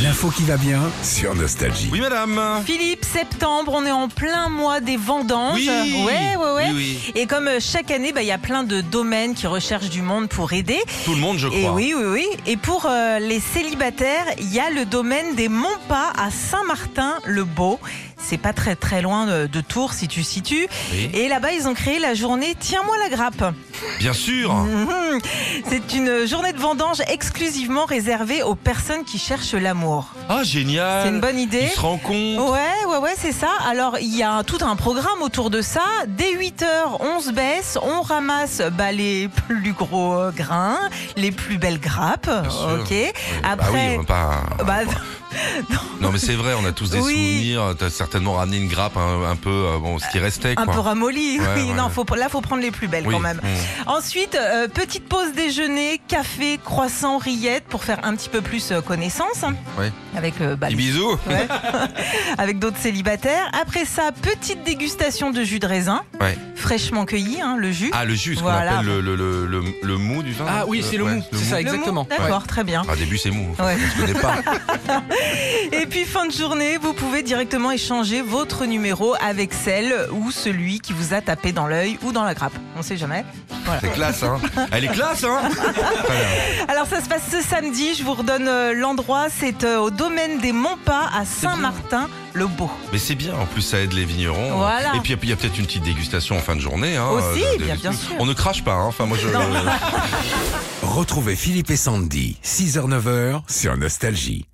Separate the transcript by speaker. Speaker 1: L'info qui va bien.
Speaker 2: sur Nostalgie.
Speaker 3: Oui, madame.
Speaker 4: Philippe, septembre, on est en plein mois des vendanges. ouais, ouais, ouais.
Speaker 3: Oui, oui.
Speaker 4: Et comme euh, chaque année, bah, il y a plein de domaines qui recherchent du monde pour aider.
Speaker 3: Tout le monde, je
Speaker 4: Et
Speaker 3: crois.
Speaker 4: oui, oui, oui. Et pour euh, les célibataires, il y a le domaine des Montpas à Saint-Martin-le-Beau. C'est pas très très loin de, de Tours si tu situes.
Speaker 3: Oui.
Speaker 4: Et là-bas, ils ont créé la journée Tiens-moi la grappe.
Speaker 3: Bien sûr.
Speaker 4: Mhm. C'est une journée de vendange exclusivement réservée aux personnes qui cherchent l'amour.
Speaker 3: Ah, génial.
Speaker 4: C'est une bonne idée. Oh,
Speaker 3: Ils se rencontrent.
Speaker 4: Ouais, ouais, ouais, c'est ça. Alors, il y a un- tout un programme autour de ça. Dès 8h, on se baisse, on ramasse bah, les plus gros euh, grains, les plus belles grappes.
Speaker 3: sûr.
Speaker 4: Ok.
Speaker 3: Ouais, Bah oui,
Speaker 4: Après.
Speaker 3: on va pas.
Speaker 4: bah,
Speaker 3: Non, mais c'est vrai, on a tous des
Speaker 4: Oui.
Speaker 3: souvenirs. T'as certainement ramené une grappe un, un peu, euh, bon, ce qui restait,
Speaker 4: un
Speaker 3: quoi.
Speaker 4: peu ramolli,
Speaker 3: Ouais,
Speaker 4: oui.
Speaker 3: ouais.
Speaker 4: Non, faut, là, faut prendre les plus belles
Speaker 3: Oui.
Speaker 4: quand même.
Speaker 3: Mm.
Speaker 4: Ensuite, euh, petite pause déjeuner, café, croissant, rillettes pour faire un petit peu plus euh, connaissance. hein,
Speaker 3: Ouais.
Speaker 4: Avec euh, bah,
Speaker 3: Petit
Speaker 4: les
Speaker 3: bisou.
Speaker 4: Ouais. avec d'autres célibataires. Après ça, petite dégustation de jus de raisin,
Speaker 3: Ouais.
Speaker 4: fraîchement cueilli, hein, le jus.
Speaker 3: Ah, le jus, ce
Speaker 4: Voilà.
Speaker 3: qu'on appelle le, le, le, le- le mou du vin.
Speaker 5: Ah oui, c'est le
Speaker 3: ouais,
Speaker 5: mou, c'est ça,
Speaker 4: Le mou,
Speaker 5: exactement.
Speaker 4: D'accord, très bien.
Speaker 3: Ah, au début, c'est mou.
Speaker 4: Ouais.
Speaker 3: Je connais pas.
Speaker 4: Et puis fin de journée, vous pouvez directement échanger votre numéro avec celle ou celui qui vous a tapé dans l'œil ou dans la grappe. On sait jamais.
Speaker 3: C'est classe, hein. Elle est classe, hein. Très bien.
Speaker 4: Alors ça se passe ce samedi, je vous redonne euh, l'endroit, c'est euh, au domaine des Montpas à Saint-Martin-le-Beau.
Speaker 3: Mais c'est bien, en plus ça aide les vignerons.
Speaker 4: Voilà.
Speaker 3: Et puis il y a peut-être une petite dégustation en fin de journée. hein,
Speaker 4: Aussi,
Speaker 3: euh, de-
Speaker 4: bien-
Speaker 3: de-
Speaker 4: bien sûr.
Speaker 3: On ne crache pas, hein. enfin moi je...
Speaker 2: Retrouvez Philippe et Sandy, 6h-9h sur Nostalgie.